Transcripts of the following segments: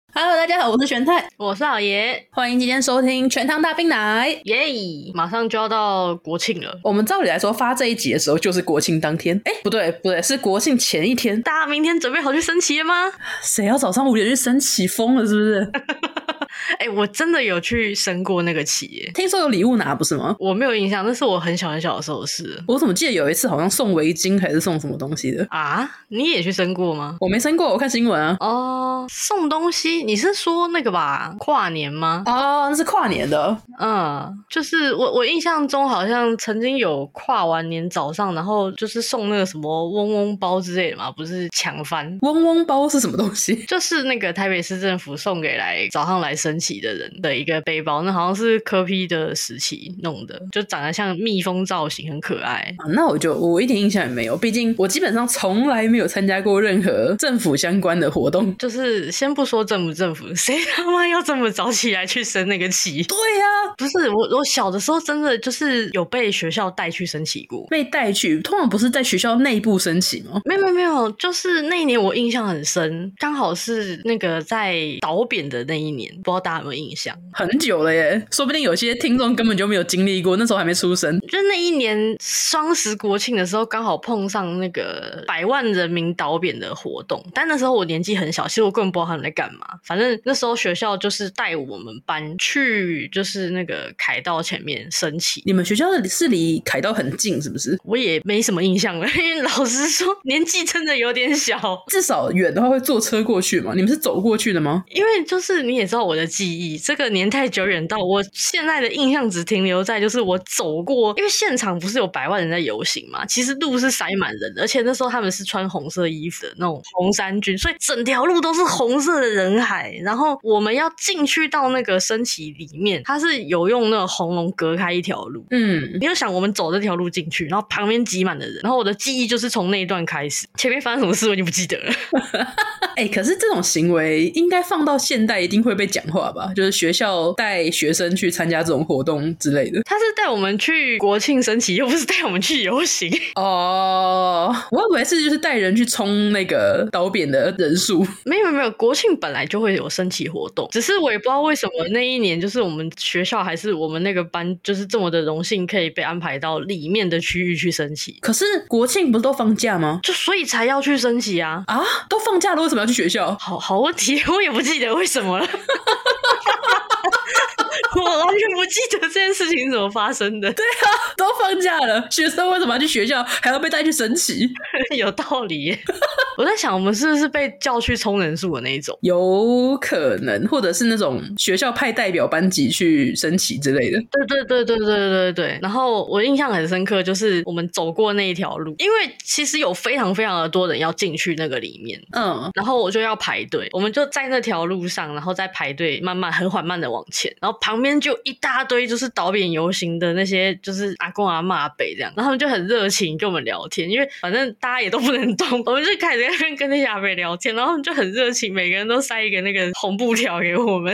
，我是玄太，我是老爷，欢迎今天收听全糖大冰奶。耶、马上就要到国庆了，我们照理来说发这一集的时候就是国庆当天，哎，不对不对，是国庆前一天。啊大家明天准备好去升旗了吗？谁要早上五点去升旗疯了是不是？啊哎、我真的有去升过那个旗耶，听说有礼物拿不是吗？我没有印象，那是我很小很小的时候的事我怎么记得有一次好像送围巾还是送什么东西的，啊。你也去升过吗？我没升过，我看新闻啊。哦、送东西，你是说那个吧？跨年吗？哦，那是跨年的，嗯，就是我我印象中好像曾经有跨完年早上，然后就是送那个什么嗡嗡包之类的嘛，不是抢翻。嗡嗡包是什么东西？就是那个台北市政府送给来早上来升旗的人的一个背包，那好像是科批的时期弄的，就长得像蜜蜂造型，很可爱。啊那我就我一点印象也没有，毕竟我基本上从来没有参加过任何政府相关的活动。就是先不说政不政府，谁他妈要这么早起来去升那个旗？对呀、 不是我，我小的时候真的就是有被学校带去升旗过。被带去，通常不是在学校内部申请吗？没有没有没有，就是那一年我印象很深，刚好是那个在倒扁的那一年，不知道大家有没有印象？很久了耶，说不定有些听众根本就没有经历过，那时候还没出生。就那一年双十国庆的时候，刚好碰上那个百万人民导扁的活动，但那时候我年纪很小，其实我根本不知道他们在干嘛。反正那时候学校就是带我们班去，就是那个凯道前面升旗。你们学校是离凯道很近，是不是？我也没什么印象了，因为老实说，年纪真的有点小。至少远的话会坐车过去嘛？你们是走过去的吗？因为就是你也知道我的记忆，这个年代久远到我现在的印象只停留在就是我走过，因为现场不是有百万人在游行嘛，其实路是塞满人的，而且那时候他们是穿红色衣服的那种红衫军，所以整条路都是红色的人海。然后我们要进去到那个升旗里面，它是有用那个红龙隔开一条路。嗯，你就想我们走这条路进去，然后旁边挤满了人，然后我的记忆就是从那一段开始，前面发生什么事我已经不记得了。哎、可是这种行为应该放到现代一定会被讲话吧？就是学校带学生去参加这种活动之类的。他是带我们去国庆升旗，又不是带我们去游行。哦，我以为是就是带人去冲那个导扁的人数。 没有没有，国庆本来就会有升旗活动，只是我也不知道为什么那一年就是我们学校还是我们那个班，就是这么的荣幸可以被安排到里面的区域去升旗，可是国庆不是都放假吗？就所以才要去升旗啊。啊，都放假了，为什么要去学校？好好问题，我也不记得为什么 了。我完全不记得这件事情怎么发生的，都放假了，学生为什么要去学校，还要被带去升旗？对， 有道理耶。我在想，我们是不是被叫去冲人数的那一种？有可能，或者是那种学校派代表班级去升旗之类的。对对对对对对对对。然后我印象很深刻，就是我们走过那一条路，因为其实有非常非常的多人要进去那个里面。嗯，然后我就要排队，我们就在那条路上，然后再排队，慢慢很缓慢的往前，然后旁边就一大堆就是导演游行的那些就是阿公阿妈北这样，然后他们就很热情跟我们聊天，因为反正大家也都不能动，我们就开始在那边跟那些阿北聊天，然后他们就很热情，每个人都塞一个那个红布条给我们，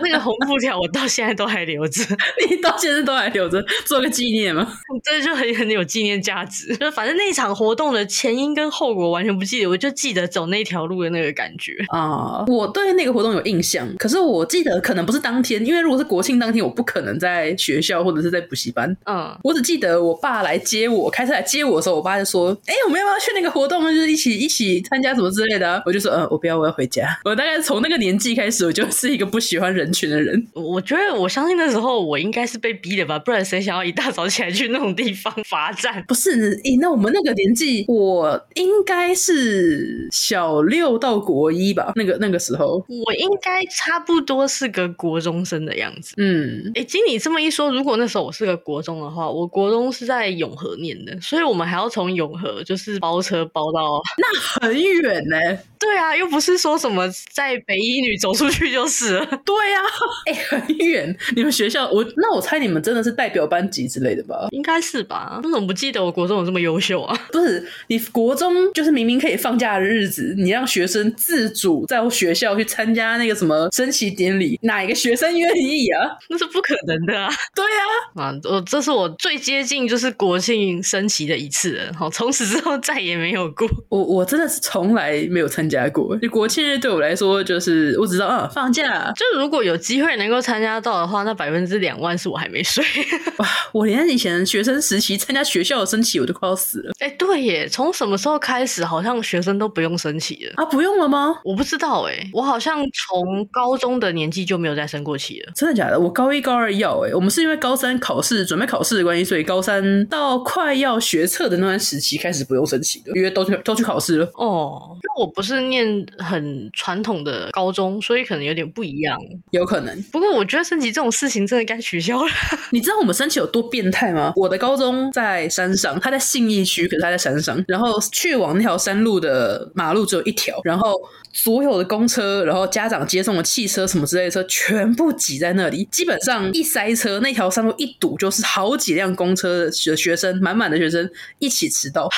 那个红布条我到现在都还留着。 你到现在都还留着做个纪念吗？这就很很有纪念价值。 就反正那一场活动的前因跟后果完全不记得，我就记得走那条路的那个感觉。啊、我对那个活动有印象，可是我记得可能不是当天，因为如果是国庆当天，我不可能在学校或者是在补习班。嗯，我只记得我爸来接我，开车来接我的时候，我爸就说：“哎、我们要不要去那个活动？就是一起一起参加什么之类的啊、我就说：“呃，我不要，我要回家。”我大概从那个年纪开始，我就是一个不喜欢人群的人。我我觉得我相信那时候我应该是被逼的吧，不然谁想要一大早起来去那种地方罚站？不是，咦、那我们那个年纪，我应该是小六到国一吧，那个那个时候，我应该差不多是个国中生的样子。嗯，哎，经你这么一说，如果那时候我是个国中的话，我国中是在永和念的，所以我们还要从永和就是包车包到， 很远呢、对啊，又不是说什么在北一女走出去就是了。对呀、哎、很远。你们学校，我那我猜你们真的是代表班级之类的吧？应该是吧？我怎么不记得我国中有这么优秀啊？ 不是，你国中就是明明可以放假的日子，你让学生自主在学校去参加那个什么升旗典礼，哪一个学生愿意啊？ 那是不可能的啊！对呀、啊，我这是我最接近就是国庆升旗的一次了，好，从此之后再也没有过。 我我真的是从来没有参加过。就国庆日对我来说，就是我只知道啊，放假，就如果有机会能够参加到的话，那百分之两万是我还没睡。 我连以前学生时期参加学校的升旗，我都快要死了哎、对耶，从什么时候开始，好像学生都不用升旗了？啊！不用了吗？我不知道哎，我好像从高中的年纪就没有再升过旗了。真的假的？我高一高二要哎、我们是因为高三考试准备考试的关系，所以高三到快要学测的那段时期开始不用升旗的，因为都去都去考试了。哦，因为我不是念很传统的高中，所以可能有点不一样。有可能，不过我觉得升旗这种事情真的该取消了。 你知道我们升旗有多变态吗？我的高中在山上，它在信义区，可是它在山上，然后去往那条山路的马路只有一条，然后所有的公车，然后家长接送的汽车什么之类的车，全部挤在那里。基本上一塞车，那条山路一堵，就是好几辆公车的学学生，满满的学生一起迟到。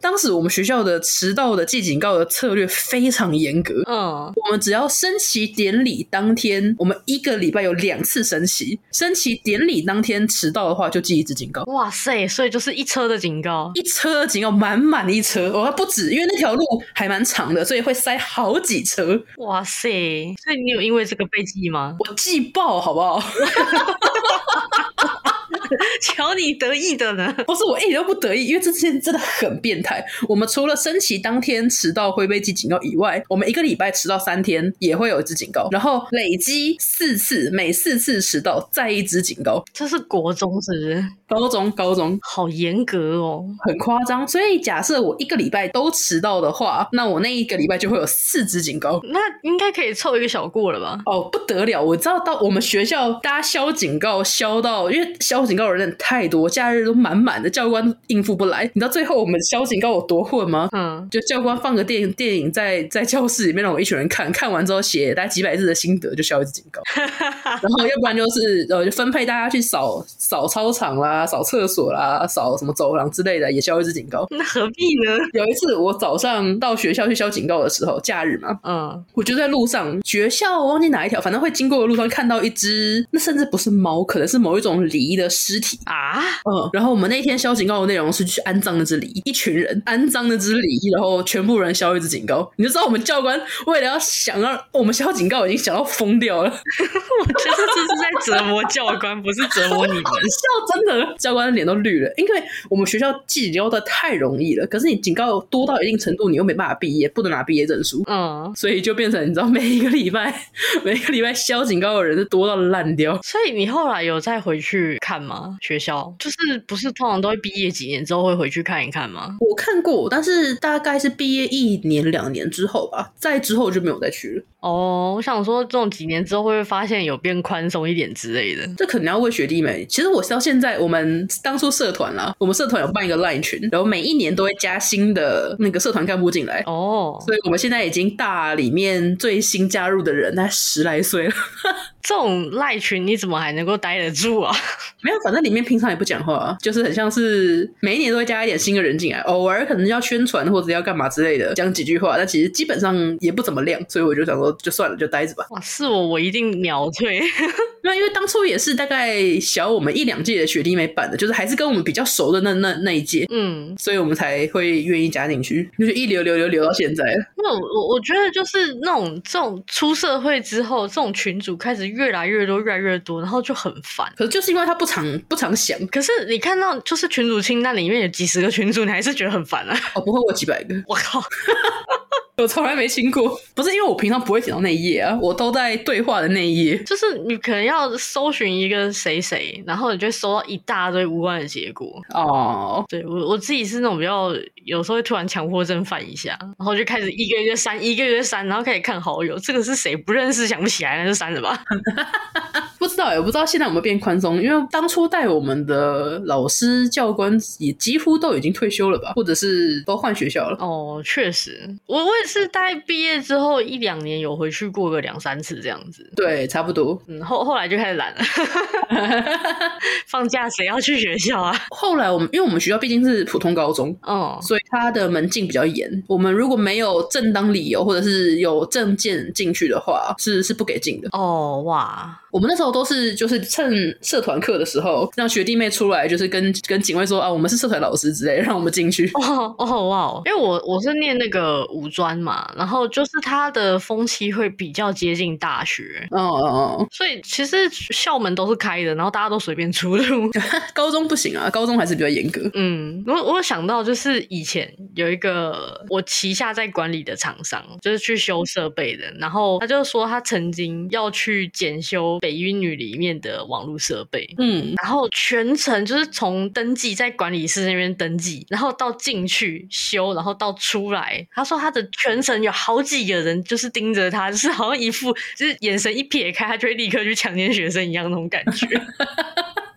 当时我们学校的迟到的记警告的策略非常严格，嗯，我们只要升旗典礼当天，我们一个礼拜有两次升旗。升旗典礼当天迟到的话，就记一次警告。哇塞，所以就是一车的警告。一车警告，满满一车，我、哦、还不止，因为那条路还蛮长的，所以会塞好几车。哇塞，所以你有因为这个被记吗？ 我记爆好不好？ 瞧你得意的呢。不是我一点都不得意，因为这件真的很变态。我们除了升旗当天迟到会被记警告以外，我们一个礼拜迟到三天也会有一次警告，然后累积四次，每四次迟到再一支警告。这是国中是不是？高中，高中，好严格哦。很夸张。所以假设我一个礼拜都迟到的话，那我那一个礼拜就会有四支警告。那应该可以凑一个小过了吧？哦，不得了！我知道到我们学校，大家消警告消到，因为消警告的人太多，假日都满满的，教官应付不来。你知道最后我们消警告有多混吗？嗯，就教官放个电影电影在在教室里面让我们一群人看，看完之后写大概几百字的心得，就消一次警告。然后要不然就是呃，就分配大家去扫扫操场啦、扫厕所啦、扫什么走廊之类的，也消一次警告。那何必呢？有一次我早上到学校去消警告的时候，假日嘛，嗯，我就在路上，学校我忘记哪一条，反正会经过的路上看到一只，那甚至不是猫，可能是某一种狸的尸体。啊，嗯，然后我们那天消警告的内容是去安葬那只狸，一群人安葬那只狸，然后全部人消一只警告，你就知道我们教官为了要想让我们消警告已经想到疯掉了， 我觉得这是在折磨教官，不是折磨你们。笑真的教官脸都绿了，因为我们学校记警告的太容易了，可是你警告多到一定程度，你又没办法毕业，不能拿毕业证书， 嗯，所以就变成你知道每一个礼拜每一个礼拜消警告的人是多到烂掉。所以你后来有再回去看吗？学校就是不是通常都会毕业几年之后会回去看一看吗？我看过，但是大概是毕业一年两年之后吧，再之后就没有再去了。哦，我想说这种几年之后会不会发现有变宽松一点之类的？这可能要问学弟妹。其实我到现在，我们当初社团啦，我们社团有办一个 LINE 群，然后每一年都会加新的那个社团干部进来。哦，所以我们现在已经大里面最新加入的人，大概十来岁了。这种赖群你怎么还能够待得住啊？没有，反正里面平常也不讲话、啊就是很像是每一年都会加一点新的人进来，偶尔可能要宣传或者要干嘛之类的，讲几句话，但其实基本上也不怎么亮，所以我就想说，就算了，就待着吧。 哇，是我我一定秒退。那因为当初也是大概小我们一两届的学弟妹办的，就是还是跟我们比较熟的那那那一届， 嗯，所以我们才会愿意加进去，就是一留留留留到现在。那我我我觉得就是那种这种出社会之后，这种群主开始越来越多，越来越多，然后就很烦。可是就是因为他不常不常想，可是你看到就是群主清单里面有几十个群主，你还是觉得很烦啊！哦，不会我几百个， 我靠，我从来没清过。不是因为我平常不会点到那一页啊，我都在对话的那一页。就是你可能要搜寻一个谁谁，然后你就会收到一大堆无关的结果。哦，对我我自己是那种比较有时候会突然强迫症犯一下，然后就开始一个一个删，一个一个删，然后开始看好友，这个是谁不认识，想不起来那就删了吧。不知道哎，我不知道现在有没有变宽松，因为当初带我们的老师教官也几乎都已经退休了吧，或者是都换学校了。 哦，确实，我我也是大概毕业之后一两年有回去过个两三次这样子。对，差不多。嗯，后后来就开始懒了。 放假谁要去学校啊？后来我们，因为我们学校毕竟是普通高中，哦，所以它的门禁比较严。我们如果没有正当理由或者是有证件进去的话，是是不给进的。哦哇，我们那时候都是就是趁社团课的时候，让学弟妹出来，就是跟 跟警卫说啊，我们是社团老师之类，让我们进去。哦哦哇哦！因为我我是念那个五专嘛，然后就是它的风气会比较接近大学，哦哦所以其实校门都是开的，然后大家都随便出入。哦，高中不行啊，高中还是比较严格。 嗯，我我有想到就是以前有一个我旗下在管理的厂商，就是去修设备的，然后他就说他曾经要去检修北一女里面的网络设备，嗯，然后全程就是从登记在管理室那边登记，然后到进去修，然后到出来。他说他的全程有好几个人就是盯着他，就是好像一副就是眼神一撇开，他就会立刻去强奸学生一样那种感觉。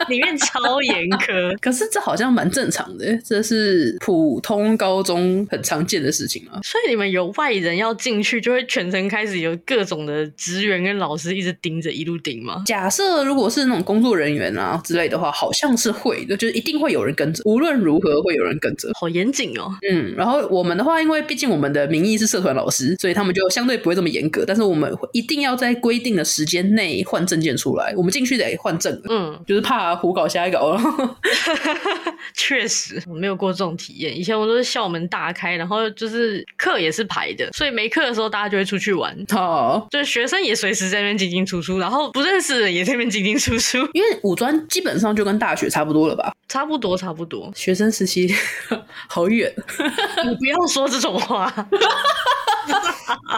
里面超严苛，可是这好像蛮正常的，这是普通高中很常见的事情啊。所以你们有外人要进去，就会全程开始有各种的职员跟老师一直盯着，一路盯吗？假设如果是那种工作人员啊之类的话，好像是会的，就是一定会有人跟着，无论如何会有人跟着。好严谨哦。嗯，然后我们的话，因为毕竟我们的名义是社团老师，所以他们就相对不会这么严格，但是我们会一定要在规定的时间内换证件出来，我们进去得换证了。嗯，就是怕胡搞瞎哦搞，然后确实，我没有过这种体验。以前我都是校门大开，然后就是课也是排的，所以没课的时候大家就会出去玩， 好，就是学生也随时在那边进进出出，然后不认识的人也在那边进进出出，因为五专基本上就跟大学差不多了吧？差不多差不多。学生时期 好远，你不要说这种话，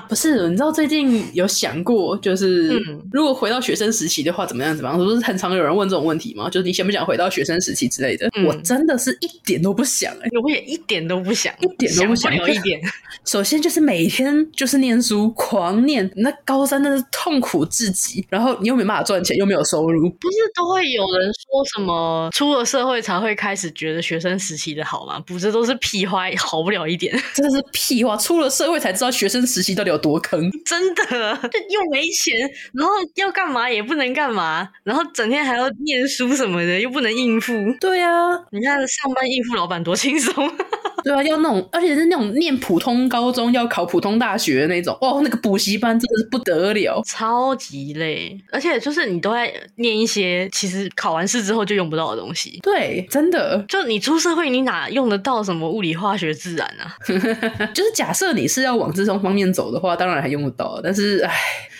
不是？你知道最近有想过，就是、嗯如果回到学生时期的话，怎么样？怎么样？不是很常有人问这种问题吗？就是你想不想回到学生时期之类的？嗯我真的是一点都不想哎、我也一点都不想，一点都不想有一点。首先就是每天就是念书，狂念，那高三真的是痛苦至极，然后你又没办法赚钱，又没有收入，不是都会有人说什么出了社会才会开始觉得学生时期的好吗？不，这都是屁话，好不了一点，真的是屁话！出了社会才知道学生时期到底有多 坑。真的。就又没钱，然后要干嘛也不能干嘛，然后整天还要念书什么的，又不能应付。对啊，你看上班应付老板多轻松，对啊，要那种，而且是那种念普通高中要考普通大学的那种，哦，那个补习班真的是不得了。 超级累。而且就是你都在念一些其实考完试之后就用不到的东西。对，真的，就你出社会，你哪用得到什么物理、化学、自然啊？就是假设你是要往这种方面走的话，当然还用得到，但是唉，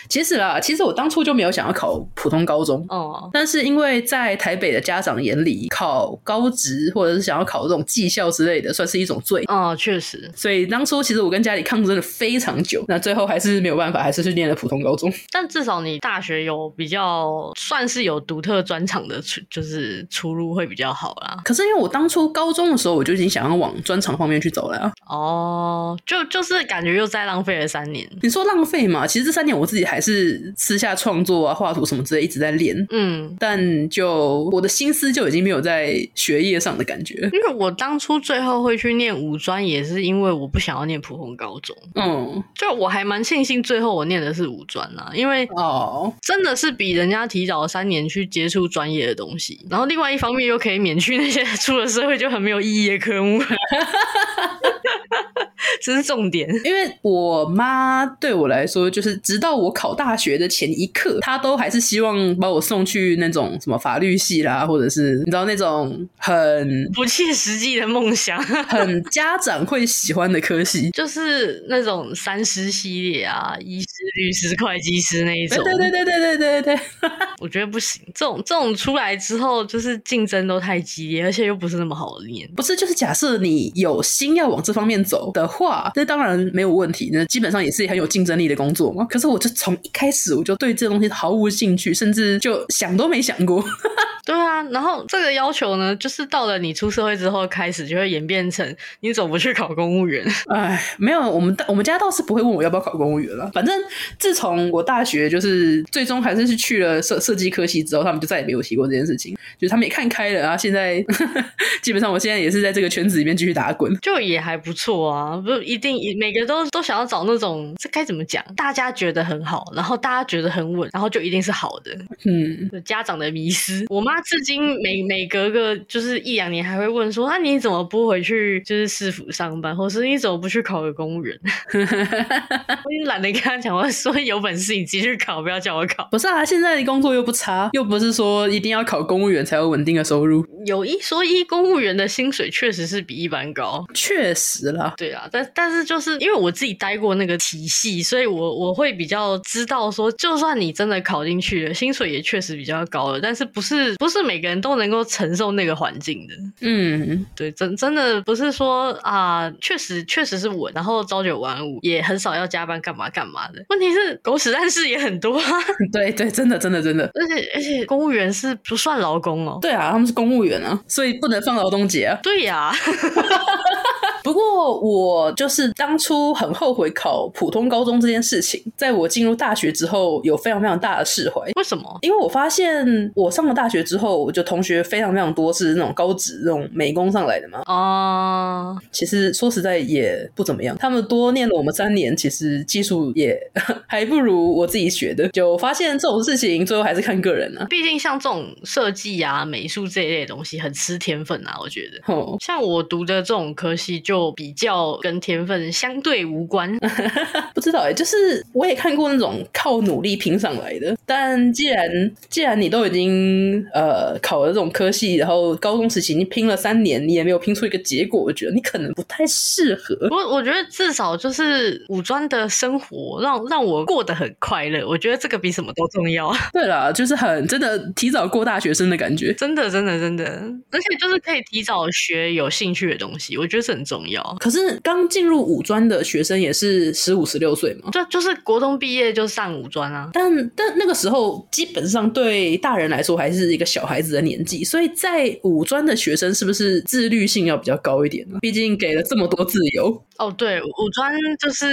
其实啦，其实我当初就没有想要考普通高中，哦，但是因为在台北的家长眼里，考高职或者是想要考这种技校之类的，算是一种罪。哦，确实。所以当初其实我跟家里抗争了非常久，那最后还是没有办法，还是去念了普通高中。但至少你大学有比较算是有独特专长的出，就是出路会比较好啦。可是因为我当初高中的时候，我就已经想要往专长方面去走了、啊。哦，就就是感觉又再浪费了三年。你说浪费嘛？其实这三年我自己还是私下创作啊、画图什么之类一直在练，嗯，但就我的心思就已经没有在学业上的感觉。因为我当初最后会去念五专，也是因为我不想要念普通高中。嗯，就我还蛮庆幸最后我念的是五专啦，因为哦，真的是比人家提早三年去接触专业的东西，然后另外一方面又可以免去那些 出了社会就很没有意义的科目， 这是重点。因为我妈对我来说，就是直到我考大学的前一刻，她都还是希望把我送去那种什么法律系啦，或者是你知道那种很不切实际的梦想， 很家长会喜欢的科系。就是那种三师系列啊，医师、律师、会计师那一对种。对对对对对对对，我觉得不行，这种这种出来之后，就是竞争都太激烈，而且又不是那么好念。不是，就是假设你有心要往这方面走的话，那当然没有问题，那基本上也是很有竞争力的工作嘛。可是我就从一开始我就对这东西毫无兴趣，甚至就想都没想过。 对啊，然后这个要求呢，就是到了你出社会之后，开始就会演变成你怎么去考公务员。 哎，没有，我们我们家倒是不会问我要不要考公务员了。反正自从我大学就是最终还是是去了设设计科系之后，他们就再也没有提过这件事情，就是他们也看开了啊。现在 基本上我现在也是在这个圈子里面继续打滚。就也还不错啊，不一定每个都都想要找那种这该怎么讲，大家觉得很好，然后大家觉得很稳，然后就一定是好的，嗯，家长的迷失。我妈妈至今每每隔个就是一两年还会问说，那、啊你怎么不回去就是市府上班，或是你怎么不去考个公务员？ 我已经懒得跟他讲，我说有本事你继续考，不要叫我考。不是啊，现在的工作又不差，又不是说一定要考公务员才有稳定的收入。有一说一，公务员的薪水确实是比一般高。确实啦，对啊，但但是就是因为我自己待过那个体系，所以我我会比较知道说，就算你真的考进去了，薪水也确实比较高了，但是不是不是每个人都能够承受那个环境的。嗯，对，真真的不是说啊，确实确实是稳，然后朝九晚五也很少要加班干嘛干嘛的。问题是狗屎烂事也很多、啊， 对对，真的真的真的，而且而且公务员是不算劳工哦。对啊，他们是公务员啊，所以不能放劳动节啊。对呀、 不过我就是当初很后悔考普通高中这件事情，在我进入大学之后，有非常非常大的释怀。为什么？因为我发现我上了大学之后，我就同学非常非常多是那种高职那种美工上来的嘛，哦、其实说实在也不怎么样。他们多念了我们三年，其实技术也 还不如我自己学的。就发现这种事情，最后还是看个人啊。毕竟像这种设计啊、美术这一类的东西，很吃天分啊，我觉得。哦，像我读的这种科系，就比较跟天分相对无关。 不知道哎、就是我也看过那种靠努力拼上来的。但既然既然你都已经呃考了这种科系，然后高中时期你拼了三年，你也没有拼出一个结果，我觉得你可能不太适合。我我觉得至少就是五专的生活让让我过得很快乐，我觉得这个比什么都重要。对啦，就是很真的提早过大学生的感觉。真的，真的，真的，而且就是可以提早学有兴趣的东西，我觉得是很重要。可是刚进入五专的学生也是十五十六岁嘛，就就是国中毕业就上五专啊，但但那个时候基本上对大人来说还是一个小孩子的年纪，所以在五专的学生是不是自律性要比较高一点呢？毕竟给了这么多自由，哦，对，五专就是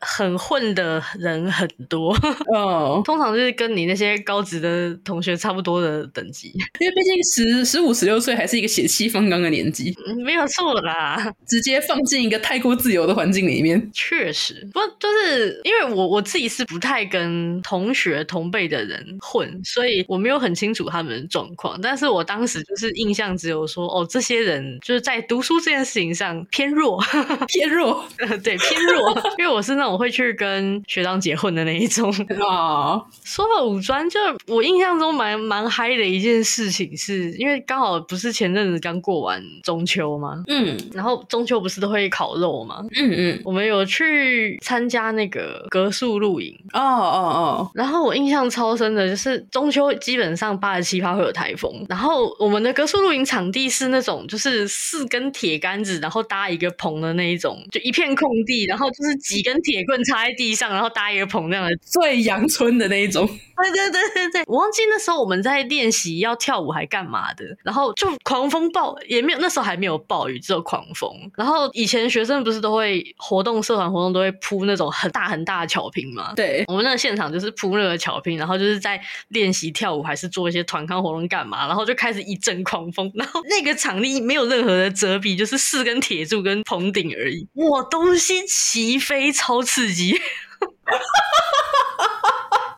很混的人很多，哦，通常就是跟你那些高职的同学差不多的等级，因为毕竟十十五十六岁还是一个血气方刚的年纪，嗯没有错啦，直接放进一个太过自由的环境里面，确实。不过就是因为我我自己是不太跟同学同辈的人混，所以我没有很清楚他们的状况，但是我当时就是印象只有说，哦，这些人就是在读书这件事情上偏弱。 偏弱 对，偏弱，因为我是那种会去跟学长结婚的那一种。啊，说到五专，就我印象中蛮蛮嗨的一件事情是，因为刚好不是前阵子刚过完中秋嘛，嗯然后中秋不是都会烤肉嘛，嗯嗯，我们有去参加那个格树露营。哦哦然后我印象超深的就是中秋基本上八十七趴会有台风，然后我们的格树露营场地是那种就是四根铁杆子，然后搭一个棚的那一种，就一片空地，然后就是几根铁棍插在地上，然后搭一个棚那样的。哦，最阳春的那一种，对对对对对，我忘记那时候我们在练习要跳舞还干嘛的，然后就狂风暴也没有，那时候还没有暴雨，只有狂风。然后以前学生不是都会活动社团活动都会铺那种很大很大的草坪吗？ 对，我们那个现场就是铺那个巧拼，然后就是在练习跳舞，还是做一些团康活动干嘛，然后就开始一阵狂风，然后那个场地没有任何的遮蔽，就是四根铁柱跟棚顶而已，哇，东西齐飞，超刺激。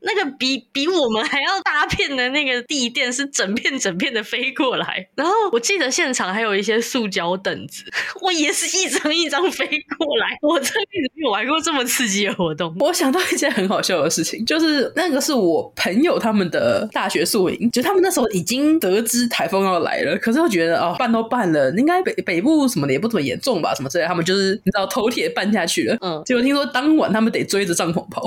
那个比比我们还要大片的那个地垫是整片整片的飞过来，然后我记得现场还有一些塑胶凳子，我也是一张一张飞过来，我这辈子没有玩过这么刺激的活动。我想到一件很好笑的事情，就是那个是我朋友他们的大学宿营，就他们那时候已经得知台风要来了，可是又觉得哦，办都办了，应该北北部什么的也不怎么严重吧，什么之类的，他们就是你知道头铁办下去了，嗯结果听说当晚他们得追着帐篷跑。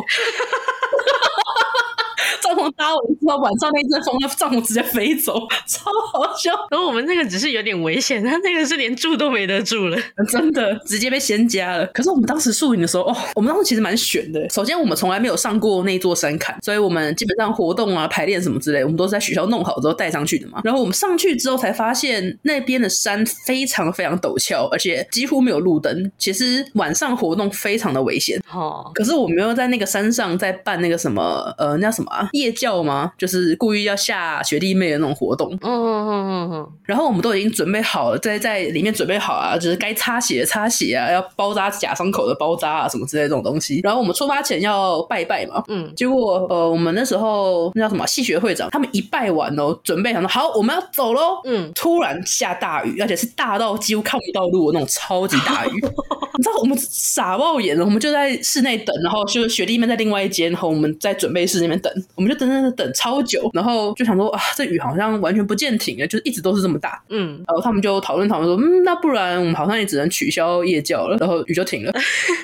帐篷搭完之后，晚上那阵风，那帐篷直接飞走，超好笑，然后我们那个只是有点危险， 他那个是连住都没得住了。真的直接被掀家了。可是我们当时宿营的时候，哦，我们当时其实蛮悬的。首先，我们从来没有上过那座山坎，所以我们基本上活动啊、排练什么之类，我们都是在学校弄好之后带上去的嘛。然后我们上去之后才发现，那边的山非常非常陡峭，而且几乎没有路灯。其实晚上活动非常的危险。哦，可是我们又在那个山上在办那个什么呃，那叫什么、啊、夜夜教吗？就是故意要吓学弟妹的那种活动。嗯嗯嗯嗯嗯，然后我们都已经准备好了，在在里面准备好啊，就是该擦血的擦血啊，要包扎假伤口的包扎啊，什么之类的这种东西。然后我们出发前要拜拜嘛，嗯，结果呃，我们那时候那叫什么啊系学会长，他们一拜完哦，准备想说好我们要走喽，嗯突然下大雨，而且是大到几乎看不到路的那种超级大雨，你知道我们傻爆眼了，我们就在室内等，然后就是学弟们在另外一间，然后我们在准备室那边等，我们就等等等等超久，然后就想说啊，这雨好像完全不见停了，就是一直都是这么大，嗯，然后他们就讨论讨论说，嗯，那不然我们好像也只能取消夜教了，然后雨就停了。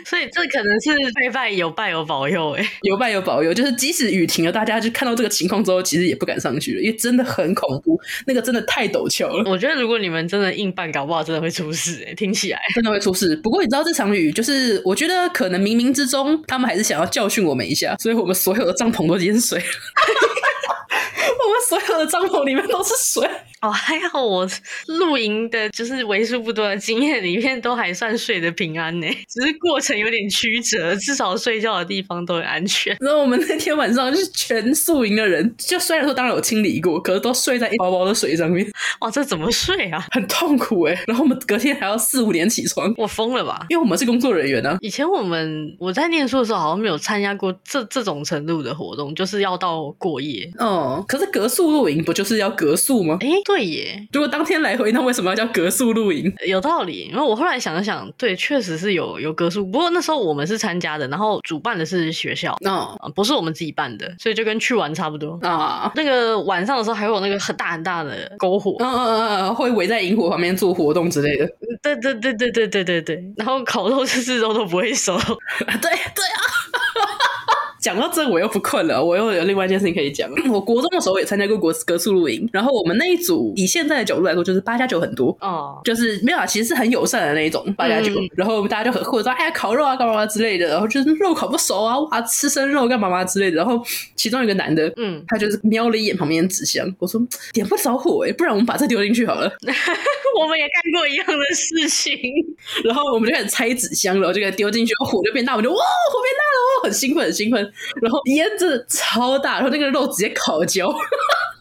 所以这可能是拜拜有拜有保佑哎、有拜有保佑，就是即使雨停了，大家就看到这个情况之后，其实也不敢上去了，因为真的很恐怖，那个真的太陡峭了， 我觉得如果你们真的硬办，搞不好真的会出事哎、听起来，真的会出事。不过你知道这场雨，就是我觉得可能冥冥之中他们还是想要教训我们一下，所以我们所有的帐篷都淹水了。我们所有的帐篷里面都是水，哦，还好我露营的，就是为数不多的经验里面都还算睡得平安呢、欸只是过程有点曲折，至少睡觉的地方都很安全。然后我们那天晚上就是全宿营的人，就虽然说当然有清理过，可是都睡在一包包的水上面，哇，这怎么睡啊？很痛苦哎、然后我们隔天还要四五点起床，我疯了吧！因为我们是工作人员呢、啊以前我们我在念书的时候，好像没有参加过这这种程度的活动，就是要到过夜。哦，可是隔宿露营不就是要隔宿吗？诶，对耶，如果当天来回，那为什么要叫隔宿露营？有道理。因为我后来想了想，对，确实是有有格数。不过那时候我们是参加的，然后主办的是学校，哦啊，不是我们自己办的，所以就跟去玩差不多。啊，那个晚上的时候，还有那个很大很大的篝火，嗯嗯嗯嗯，会围在萤火旁边做活动之类的。对对对对对对对对，然后烤肉就是肉都不会熟， 啊 对对啊。 讲到这，我又不困了，我又有另外一件事情可以讲。我国中的时候也参加过国格宿露营，然后我们那一组以现在的角度来说，就是八加九很多，哦，就是没有啊，其实是很友善的那一种八加九嗯。然后大家就很或者说哎呀烤肉啊干嘛之类的，然后就是肉烤不熟啊，哇吃生肉干嘛嘛之类的。然后其中有一个男的，嗯， 他就是瞄了一眼旁边的纸箱，我说点不着火哎、不然我们把这丢进去好了。我们也干过一样的事情，然后我们就开始拆纸箱，然后就给它丢进去，火就变大，我们就哇火变大了，哦，很兴奋很兴奋。然后烟真的超大，然后那个肉直接烤焦，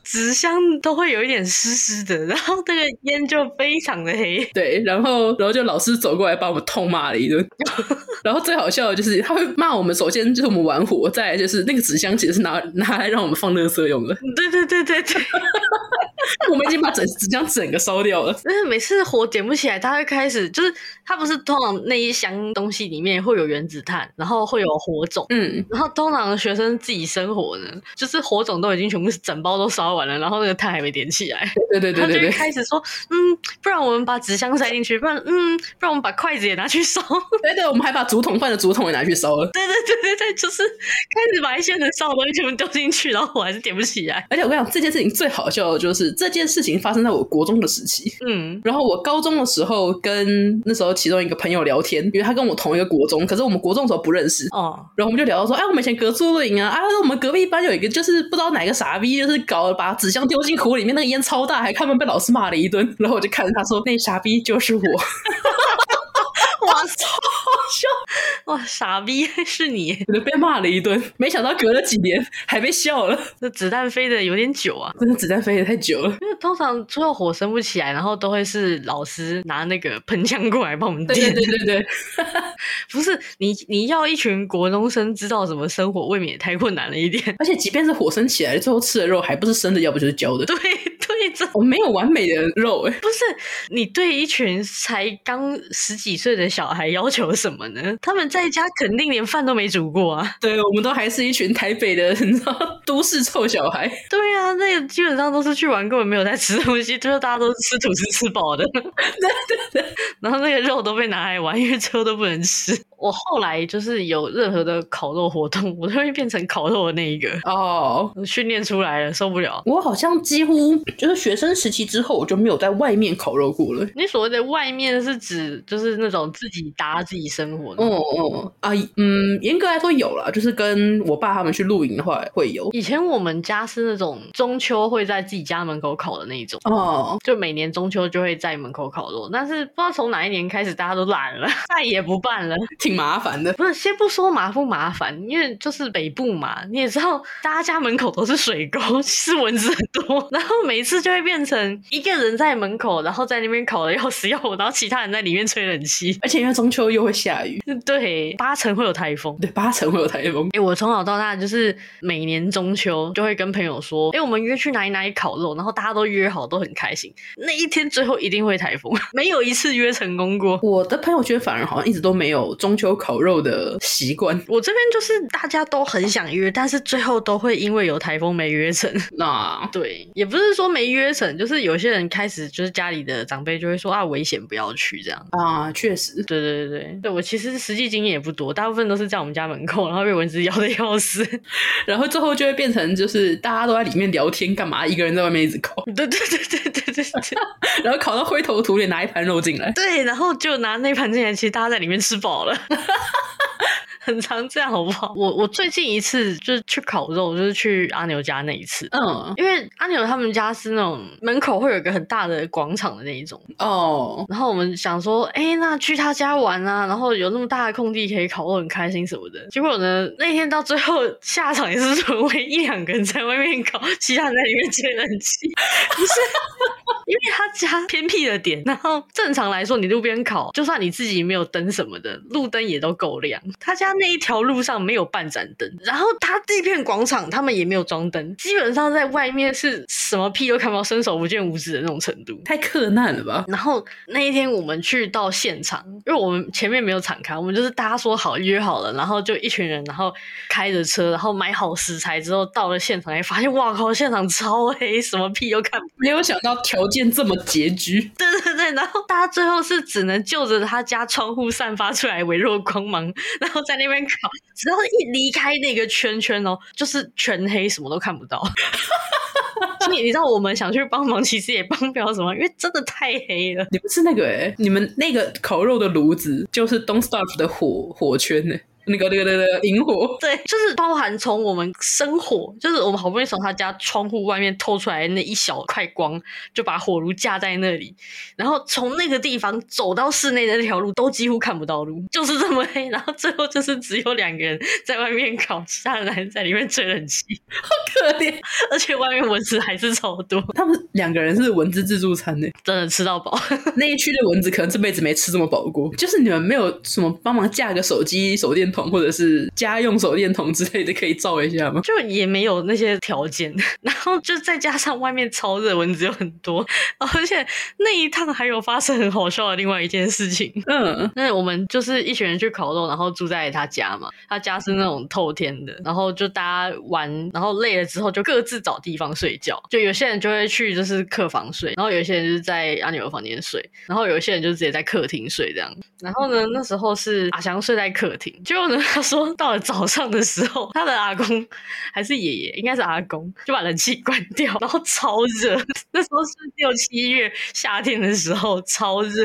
纸箱都会有一点湿湿的，然后那个烟就非常的黑，对，然后然后就老师走过来把我们痛骂了一顿。 然后最好笑的就是他会骂我们，首先就是我们玩火，再来就是那个纸箱其实是拿拿来让我们放垃圾用的， 对对对对对，我们已经把整纸箱整个烧掉了。但是每次火点不起来，它会开始就是它不是通常那一箱东西里面会有原子炭，然后会有火种。嗯，然后通常学生自己生火呢，就是火种都已经全部整包都烧完了，然后那个炭还没点起来， 对对对对他就对会。开始说，嗯，不然我们把纸箱塞进去，不然嗯，不然我们把筷子也拿去烧， 对对对，我们还把竹筒饭的竹筒也拿去烧了。对对对对，就是开始把一些能烧的东西全部丢进去，然后我还是点不起来，而且我跟你讲，这件事情最好笑的就是这件事情发生在我国中的时期。嗯然后我高中的时候跟那时候其中一个朋友聊天，因为他跟我同一个国中，可是我们国中的时候不认识。哦，然后我们就聊到说，哎，我们以前隔宿露营啊，啊，我们隔壁班有一个就是不知道哪个傻逼，就是搞把纸箱丢进湖里面，那个烟超大，还看他们被老师骂了一顿。然后我就看着他说，那傻逼就是我。哇操， 哇傻逼 是你，我就被骂了一顿，没想到隔了几年还被笑了，这子弹飞的有点久啊。真的子弹飞得太久了。因为通常最后火升不起来，然后都会是老师拿那个喷枪过来帮我们对点。对对对对，不是你，你要一群国中生知道怎么生火，未免也太困难了一点。 而且即便是火升起来，最后吃的肉还不是生的，要不就是焦的。对对，这我没有完美的肉、哎。不是你对一群才刚十几岁的小孩要求什么呢？他们在家肯定连饭都没煮过啊。对，我们都还是一群台北的， 你知道，都市臭小孩。对啊，那个基本上都是去玩，根本没有在吃东西， 就是大家都是吃吐司吃饱的。 对对对， 然后那个肉都被拿来玩，因为车都不能吃。我后来就是有任何的烤肉活动，我都会变成烤肉的那一个。哦，我训练出来了，受不了。我好像几乎就是学生时期之后，我就没有在外面烤肉过了。你所谓的外面是指就是那种自己搭自己生活的。哦哦啊，嗯，严格来说有啦，就是跟我爸他们去露营的话会有。以前我们家是那种中秋会在自己家门口烤的那一种，哦，就每 年中秋就会在门口烤肉。但是不知道从哪一年开始，大家都懒了，再也不办了。挺麻烦的。不是，先不说麻不麻烦，因为就是北部嘛，你也知道，大家家门口都是水沟，其实蚊子很多， 然后每次就会变成一个人在门口，然后在那边烤的要死要活，然后其他人在里面吹冷气。 而且因为中秋又会下雨，对，八成会有台风。对，八成会有台风。哎、我从小到大就是每年中秋就会跟朋友说，哎、我们约去哪里哪里烤肉，然后大家都约好，都很开心。那一天最后一定会台风， 没有一次约成功过。我的朋友圈反而好像一直都没有中秋烤肉的习惯。我这边就是大家都很想约，但是最后都会因为有台风没约成。那对，也不是说没约成，就是有些人开始就是家里的长辈就会说啊危险不要去这样。啊，确实，对对对对，对我其实实际经验也不多，大部分都是在我们家门口，然后被蚊子咬的要死。 然后最后就会变成就是大家都在里面聊天干嘛，一个人在外面一直烤，对对对对对对对然后烤到灰头土脸，拿一盘肉进来。对，然后就拿那盘进来，其实大家在里面吃饱了。 很常这样，好不好？我我最近一次就是去烤肉，就是去阿牛家那一次，嗯，因为阿牛他们家是那种门口会有一个很大的广场的那一种，哦，然后我们想说，哎、那去他家玩啊，然后有那么大的空地可以烤肉，很开心什么的。结果呢，那天到最后下场也是沦为一两个人在外面烤，其他人在里面吹冷气， 不是。因为他家偏僻的点，然后正常来说，你路边烤，就算你自己没有灯什么的，路灯也都够亮。他家那一条路上没有半盏灯，然后他这片广场他们也没有装灯，基本上在外面是什么屁都看不到，伸手不见五指的那种程度。太克难了吧？然后那一天我们去到现场，因为我们前面没有敞开，我们就是大家说好约好了，然后就一群人，然后开着车，然后买好食材之后到了现场，才发现哇靠，现场超黑，什么屁都看不到。没有想到条件这么拮据，对对对，然后大家最后是只能就着他家窗户散发出来微弱光芒，然后在那边烤，只要一离开那个圈圈哦，就是全黑，什么都看不到。 所以你知道我们想去帮忙，其实也帮不了什么，因为真的太黑了。你们是那个哎、你们那个烤肉的炉子就是 Don't Starve 的火火圈呢、那个那个那个那个萤火，对，就是包含从我们生火，就是我们好不容易从他家窗户外面透出来那一小块光，就把火炉架在那里，然后从那个地方走到室内的那条路都几乎看不到路，就是这么黑。然后最后就是只有两个人在外面烤，其他人还在里面吹冷气，可怜，而且外面蚊子还是超多，他们两个人是蚊子自助餐呢、欸真的吃到饱。那一区的蚊子可能这辈子没吃这么饱过。就是你们没有什么帮忙架个手机手电筒或者是家用手电筒之类的，可以照一下吗？就也没有那些条件， 然后就再加上外面超热，蚊子又很多，而且那一趟还有发生很好笑的另外一件事情。嗯，那我们就是一群人去烤肉，然后住在他家嘛，他家是那种透天的，然后就大家玩，然后累了之后就各自找地方睡觉，就有些人就会去就是客房睡，然后有些人就是在阿牛的房间睡，然后有些人就直接在客厅睡这样。然后呢，那时候是阿翔睡在客厅，结果呢，他说到了早上的时候，他的阿公还是爷爷，应该是阿公，就把冷气关掉，然后超热。 那时候是六七月夏天的时候，超热。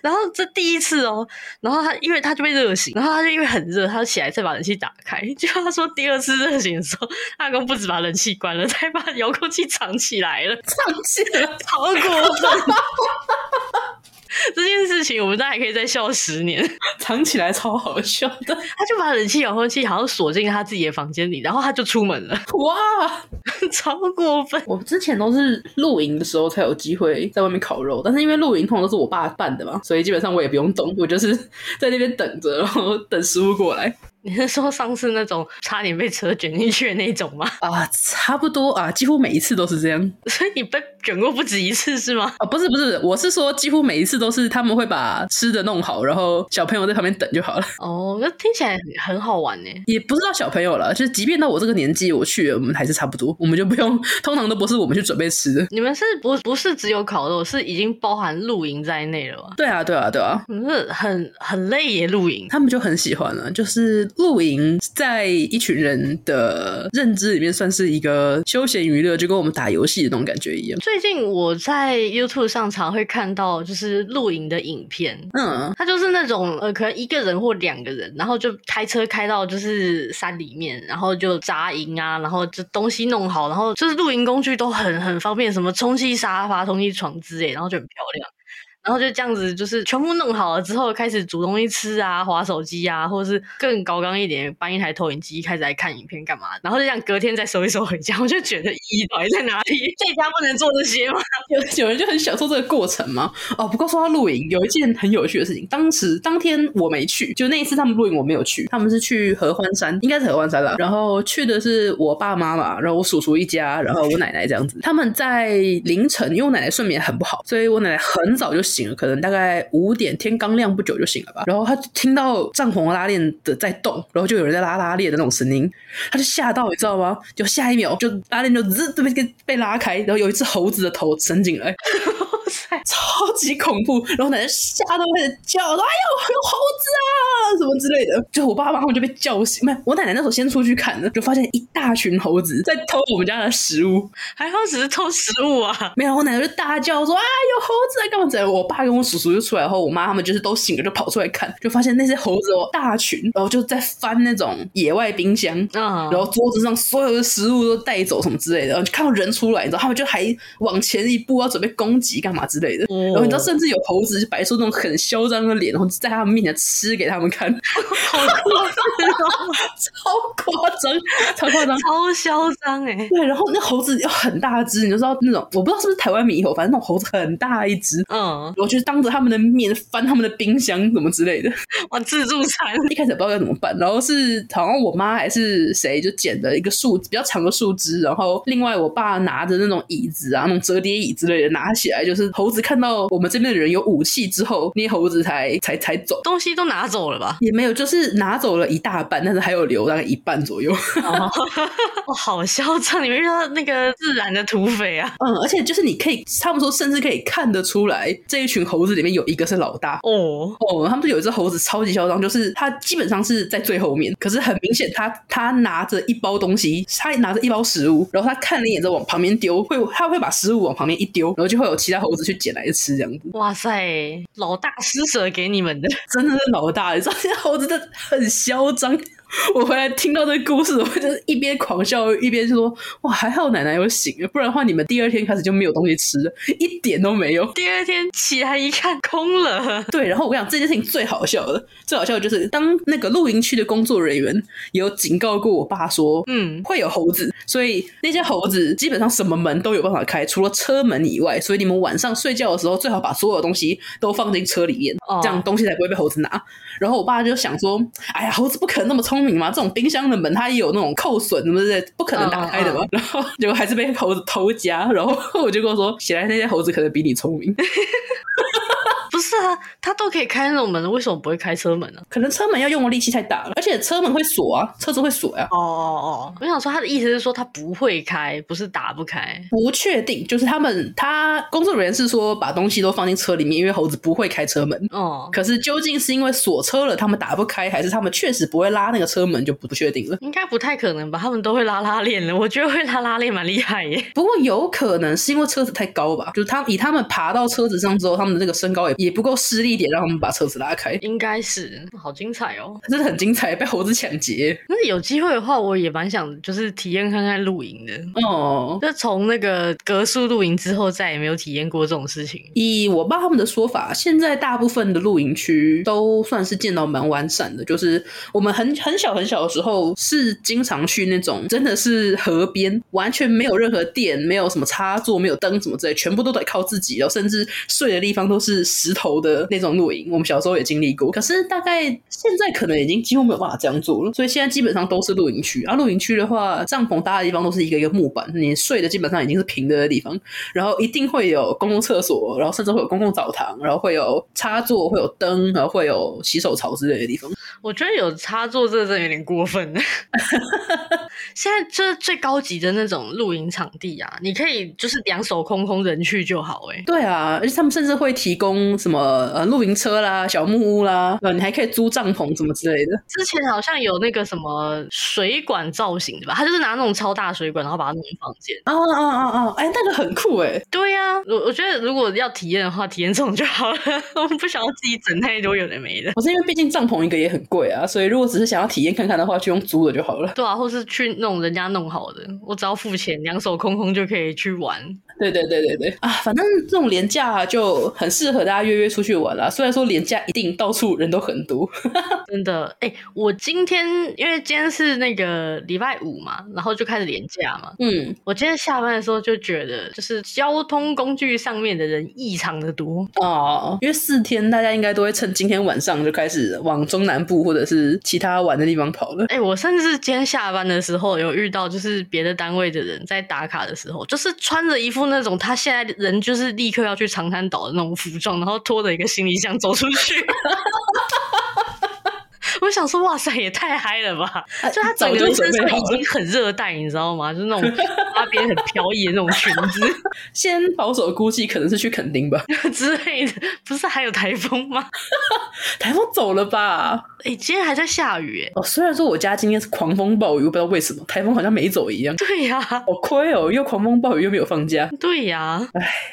然后这第一次哦，然后他因为他就被热醒，然后他就因为很热，他就起来再把冷气打开。 就他说第二次热醒的时候，阿公不止把冷气关了，再把遥控器藏起来了。 上气了，好过分！ 这件事情我们大概可以再笑十年。藏起来超好笑的。他就把冷气遥控器好像锁进他自己的房间里，然后他就出门了， 哇，超过分。我之前都是露营的时候才有机会在外面烤肉，但是因为露营通常都是我爸办的嘛，所以基本上我也不用动，我就是 在那边等着，然后等食物过来你是说上次那种差点被车卷进去的那种吗？ 啊，差不多啊，几乎每一次都是这样所以你被卷过不止一次是吗？啊，不是不是，我是说几乎每一次都是他们会把吃的弄好，然后小朋友在旁边等就好了。哦，那听起来很很好玩欸呢。也不知道小朋友了，就是即便到我这个年纪，我去了我们还是差不多，我们就不用，通常都不是我们去准备吃的。你们是不不是只有烤肉，是已经包含露营在内了吗？对啊，对啊，对啊，嗯，是很很累耶，露营。他们就很喜欢了。就是露营在一群人的认知里面算是一个休闲娱乐，就跟我们打游戏的那种感觉一样。最近我在 YouTube 上常会看到就是露营的影片，嗯，它就是那种呃，可能一个人或两个人，然后就开车开到就是山里面，然后就扎营啊，然后就东西弄好，然后就是露营工具都很很方便，什么充气沙发、充气床之类，然后就很漂亮。然后就这样子，就是全部弄好了之后，开始煮东西吃啊，划手机啊，或者是更高纲一点，搬一台投影机开始来看影片干嘛，然后就这样隔天再收一收回家，我就觉得意义到底在哪里？在家不能做这些吗？有 有人就很享受这个过程嘛。哦，不过说到露营，有一件很有趣的事情，当时当天我没去，就那一次他们露营我没有去，他们是去合欢山，应该是合欢山了。然后去的是我爸妈嘛，然后我叔叔一家，然后我奶奶这样子。他们在凌晨，因为我奶奶睡眠很不好，所以我奶奶很早就醒了，可能大概五点天刚亮不久就醒了吧。然后她听到帐篷拉链的在动，然后就有人在拉拉链的那种声音，他就吓到，你知道吗？就下一秒就拉链就滋被被被拉开，然后有一只猴子的头伸进来，超级恐怖。然后奶奶吓到开始叫，说：“哎呦，有猴子啊！”什么之类的。就我爸妈他们就被叫醒，没有，我奶奶那时候先出去看的，就发现一大群猴子在偷我们家的食物。还好只是偷食物啊，没有，我奶奶就大叫说：“啊，有猴子在干嘛？”之类的。我爸跟我叔叔就出来后，我妈他们就是都醒了，就跑出来看，就发现那些猴子哦大群，然后就在翻那种野外冰箱，嗯，然后桌子上所有的食物都带走什么之类的，然后就看到人出来，你知道他们就还往前一步要准备攻击干嘛之类的，哦然后你知道 甚至有猴子就摆出那种很嚣张的脸，然后在他们面前吃给他们看， 好夸张哦，超夸张，超夸张。超嚣张哎，对，然后那猴子又很大只，你就知道那种我不知道是不是台湾猕猴，反正那种猴子很大一只。嗯，我就当着他们的面翻他们的冰箱什么之类的，哇，自助餐， 一开始也不知道该怎么办，然后是好像我妈还是谁就捡了一个树比较长的树枝，然后另外我爸拿着那种椅子啊，那种折叠椅之类的拿起来，就是猴子看到我们这边的人有武器之后，那些猴子才才才走。东西都拿走了吧？也没有，就是拿走了一大半，但是还有留大概一半左右。 嗯哦，哇好嚣张！你们遇到那个自然的土匪啊？嗯，而且就是你可以，他们说甚至可以看得出来，这一群猴子里面有一个是老大，哦，哦，他们就有一只猴子超级嚣张，就是它基本上是在最后面，可是很明显它它拿着一包东西，它拿着一包食物，然后它看了一眼之后往旁边丢，会它会把食物往旁边一丢，然后就会有其他猴子去捡来吃，这样子哇塞，老大施舍给你们的，真的是老大，你知道这些猴子真的很嚣张。我回来听到这个故事，我就是一边狂笑一边就说：“哇，还好奶奶有醒，不然的话你们第二天开始就没有东西吃了，一点都没有。” 第二天起来一看，空了。 对，然后我跟你讲，这件事情最好笑的，最好笑的就是当那个露营区的工作人员有警告过我爸说，嗯，会有猴子，所以那些猴子基本上什么门都有办法开，除了车门以外，所以你们晚上睡觉的时候最好把所有东西都放进车里面，哦这样东西才不会被猴子拿。然后我爸就想说，哎呀，猴子不可能那么聪明嘛，这种冰箱的门它也有那种扣损什么之类的，不可能打开的嘛。然后结果还是被猴子偷夹，然后我就跟我说，显然那些猴子可能比你聪明。不是啊，他都可以开那种门，为什么不会开车门啊呢、可能车门要用的力气太大了，而且车门会锁啊，车子会锁呀、啊。哦哦哦，我想说他的意思是说他不会开，不是打不开。不确定，就是他们他工作人员是说把东西都放进车里面，因为猴子不会开车门。哦，可是究竟是因为锁车了，他们打不开，还是他们确实不会拉那个车门，就不不确定了。应该不太可能吧？他们都会拉拉链的，我觉得会拉拉链蛮厉害耶。不过有可能是因为车子太高吧，就是他以他们爬到车子上之后，他们的那个身高也也不够施力点，让他们把车子拉开，应该是，好精彩哦！真的很精彩，被猴子抢劫那有机会的话，我也蛮想就是体验看看露营的。哦。就从那个格数露营之后，再也没有体验过这种事情。以我爸他们的说法，现在大部分的露营区都算是建到蛮完善的。就是我们很很小很小的时候，是经常去那种真的是河边，完全没有任何电，没有什么插座，没有灯什么之类，全部都得靠自己哦然后甚至睡的地方都是石头的那种露营。我们小时候也经历过，可是大概现在可能已经几乎没有办法这样做了。所以现在基本上都是露营区。啊，露营区的话，帐篷搭的地方都是一个一个木板，你睡的基本上已经是平的地方。然后一定会有公共厕所，然后甚至会有公共澡堂，然后会有插座，会有灯，然后会有洗手槽之类的地方。我觉得有插座这真的有点过分了。现在就是最高级的那种露营场地啊，你可以就是两手空空人去就好、欸。哎，对啊，而且他们甚至会提供什么呃露营车啦、小木屋啦，呃，你还可以租帐篷什么之类的。之前好像有那个什么水管造型的吧，他就是拿那种超大水管，然后把它弄进房间。啊啊啊啊！哎，那个很酷哎、对呀、我我觉得如果要体验的话，体验这种就好了。 我们不想要自己整太多有的没的。我是因为毕竟帐篷一个也很贵啊，所以如果只是想要体验看看的话，就用租的就好了。对啊，或是去弄人家弄好的，我只要付钱，两手空空就可以去玩。对对对对对啊，反正这种廉价、啊、就很适合大家约约出去玩啦、虽然说廉价一定到处人都很多，真的，哎、我今天因为今天是那个礼拜五嘛，然后就开始连假嘛。嗯，我今天下班的时候就觉得，就是交通工具上面的人异常的多。哦，因为四天大家应该都会趁今天晚上就开始往中南部或者是其他玩的地方跑了。哎、我甚至今天下班的时候有遇到，就是别的单位的人在打卡的时候，就是穿着一副那种他现在人就是立刻要去长滩岛的那种服装，然后拖着一个行李箱走出去。 我想说，哇塞，也太嗨了吧！啊就他整早个就人准身备上好已了经，很热带，你知道吗？就是那种花边很飘逸的那种裙子 先保守估计可能是去垦丁 吧，之类的，不是还有台风吗？台风走了吧？哎、今天还在下雨、哎，哦，虽然说我家今天是狂风暴雨，我不知道为什么台风好像没走一样，对呀、好亏哦，又狂风暴雨又没有放假。对呀、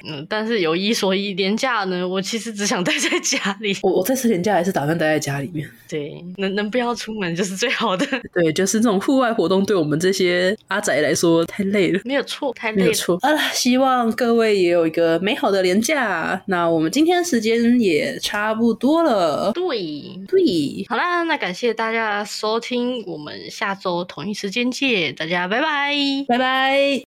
嗯，但是有一说一，廉价呢，我其实只想待在家里。我我这次年假还是打算待在家里面。对，能能不要出门就是最好的， 对，就是这种户外活动对我们这些阿宅来说太累了。没有错，太没累有了。错啊！希望各位也有一个美好的年假。那我们今天时间也差不多了。对，对，好啦，那感谢大家收听，我们下周同一时间见，大家拜拜。拜拜。